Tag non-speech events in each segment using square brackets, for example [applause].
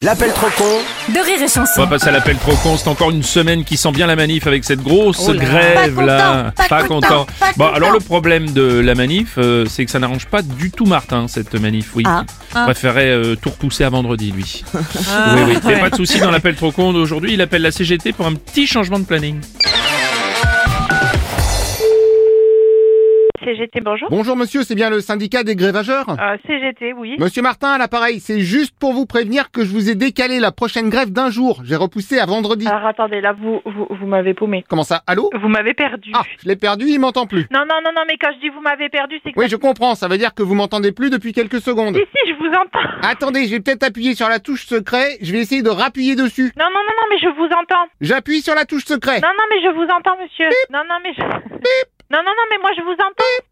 L'appel trop con de rire et chanson. On va passer à l'appel trop con. C'est encore une semaine qui sent bien la manif avec cette grosse grève Oh Pas là. content, pas content, pas bon, content. alors le problème de la manif, euh, c'est que ça n'arrange pas du tout Martin cette manif. Oui, Ah. il préférait euh, tout repousser à vendredi lui. oui, oui. Mais Pas de souci dans l'appel trop con d'aujourd'hui. Il appelle la CGT pour un petit changement de planning. CGT, bonjour. Bonjour monsieur, c'est bien le syndicat des grévageurs Euh, CGT, oui. Monsieur Martin à l'appareil, c'est juste pour vous prévenir que je vous ai décalé la prochaine grève d'un jour. J'ai repoussé à vendredi. Alors attendez, là, vous, vous, vous m'avez paumé. Comment ça Allô Vous m'avez perdu. Ah, je l'ai perdu, il m'entend plus. Non, non, non, non, mais quand je dis vous m'avez perdu, c'est que... Oui, je comprends, ça veut dire que vous m'entendez plus depuis quelques secondes. Si, si, je vous entends. Attendez, j'ai peut-être appuyé sur la touche secret, je vais essayer de rappuyer dessus. Non, non, non, non, mais je vous entends. J'appuie sur la touche secret. Non, non, mais je vous entends, monsieur. Non, non, mais je... [laughs] Non, non, non, mais moi, je vous entends.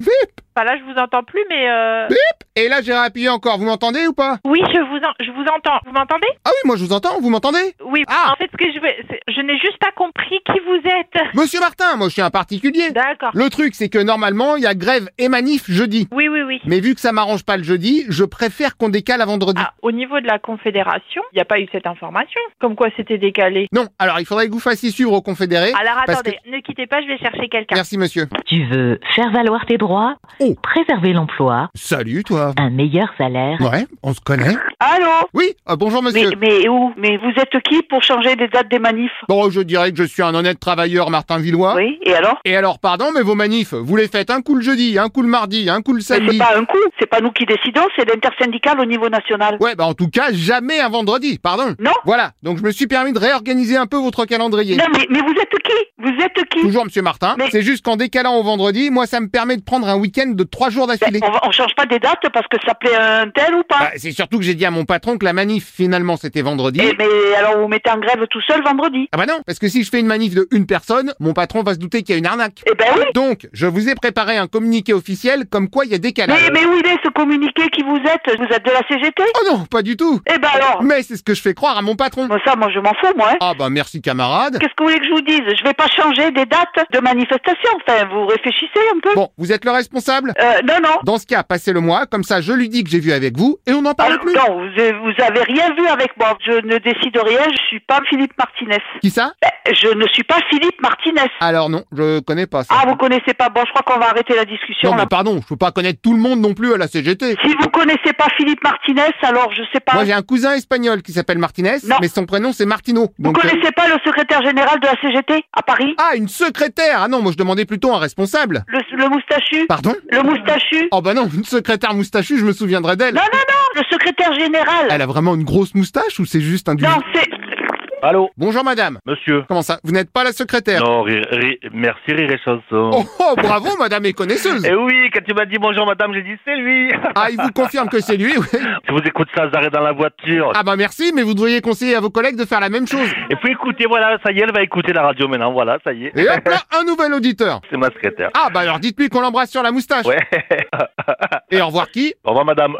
Vip Enfin, là, je vous entends plus, mais... Euh... Et là, j'ai rappuyé encore, vous m'entendez ou pas Oui, je vous, en- je vous entends. Vous m'entendez Ah oui, moi je vous entends, vous m'entendez Oui. Ah. En fait, ce que je veux... c'est- Je n'ai juste pas compris qui vous êtes. Monsieur Martin, moi je suis un particulier. D'accord. Le truc, c'est que normalement, il y a grève et manif jeudi. Oui, oui, oui. Mais vu que ça m'arrange pas le jeudi, je préfère qu'on décale à vendredi. Ah, au niveau de la Confédération, il n'y a pas eu cette information. Comme quoi, c'était décalé. Non, alors il faudrait que vous fassiez suivre aux confédérés. Ah, Alors parce attendez, ne quittez pas, je vais chercher quelqu'un. Merci monsieur. Tu veux faire valoir tes droits, Oh. préserver l'emploi, Salut toi. un meilleur salaire. Ouais, on se connaît. Allô Oui, euh, bonjour mais, monsieur. mais où Mais vous êtes qui pour changer les dates des manifs Bon, je dirais que je suis un honnête travailleur Martin Villois. Oui, et alors Et alors, pardon, mais vos manifs, vous les faites un coup le jeudi, un coup le mardi, un coup le Mais samedi. C'est pas un coup, c'est pas nous qui décidons, c'est l'intersyndical au niveau national. Ouais, bah en tout cas, jamais un vendredi, pardon. Non Voilà, donc je me suis permis de réorganiser un peu votre calendrier. Non, mais, mais vous êtes qui Vous êtes qui Toujours monsieur Martin, Mais- c'est juste qu'en décalant au vendredi, moi ça me permet de prendre un week-end de trois jours Ben, d'affilée. on, va- on change pas des dates parce que ça plaît à un tel ou Bah, pas c'est surtout que j'ai dit à mon patron que la manif finalement c'était vendredi. Eh, Mais alors vous mettez en grève tout seul vendredi Ah bah non, parce que si je fais une manif de une personne, mon patron va se douter qu'il y a une arnaque. Eh ben oui Donc, je vous ai préparé un communiqué officiel comme quoi il y a décalage. mais, mais où il est ce communiqué qui vous êtes Vous êtes de la CGT Oh non, pas du tout Eh ben alors Mais c'est ce que je fais croire à mon patron. Moi, Ça, moi je m'en fous, moi. hein. Ah bah merci camarade. Qu'est-ce que vous voulez que je vous dise Je vais pas changer des dates de manifestation. Enfin, vous réfléchissez un peu. Bon, vous êtes le responsable Euh, non, non. Dans ce cas, passez-le moi, comme ça je lui dis que j'ai vu avec vous et on n'en parle Alors, plus. non, vous, euh, vous avez rien vu avec moi. Je ne décide rien. Je suis pas Philippe Martinez. Qui ça Eh, Je ne suis pas Philippe Martinez. Alors non, je connais pas ça. Ah, vous connaissez pas. Bon, je crois qu'on va arrêter la discussion. non mais là. pardon, je peux pas connaître tout le monde non plus à la CGT. Si vous connaissez pas Philippe Martinez, alors je sais pas. Moi j'ai un cousin espagnol qui s'appelle Martinez, Ah. Non. mais son prénom c'est Martino. vous Donc, euh, connaissez pas le secrétaire général de la CGT à Paris Ah, une secrétaire Ah non, moi je demandais plutôt un responsable. le, le moustachu Pardon Le moustachu Oh bah non, une secrétaire moustachue, je me souviendrai d'elle. Non, non, non, le secrétaire général. Elle a vraiment une grosse moustache ou c'est juste un du... Non, c'est. Allô, Bonjour madame. monsieur. Comment ça Vous n'êtes pas la secrétaire Non, rire- rire- merci rire et chanson. oh, oh, bravo madame est connaisseuse. Eh oui, quand tu m'as dit bonjour madame, j'ai dit c'est lui. [laughs] Ah, il vous confirme que c'est lui, oui. Je vous écoute sans arrêt dans la voiture. Ah bah merci, mais vous devriez conseiller à vos collègues de faire la même chose. Et puis écoutez, voilà, ça y est, elle va écouter la radio maintenant, voilà, ça y est. Et hop là, un nouvel auditeur. C'est ma secrétaire. Ah bah alors dites-lui qu'on l'embrasse sur la moustache. Ouais. [laughs] Et au revoir qui Au revoir madame.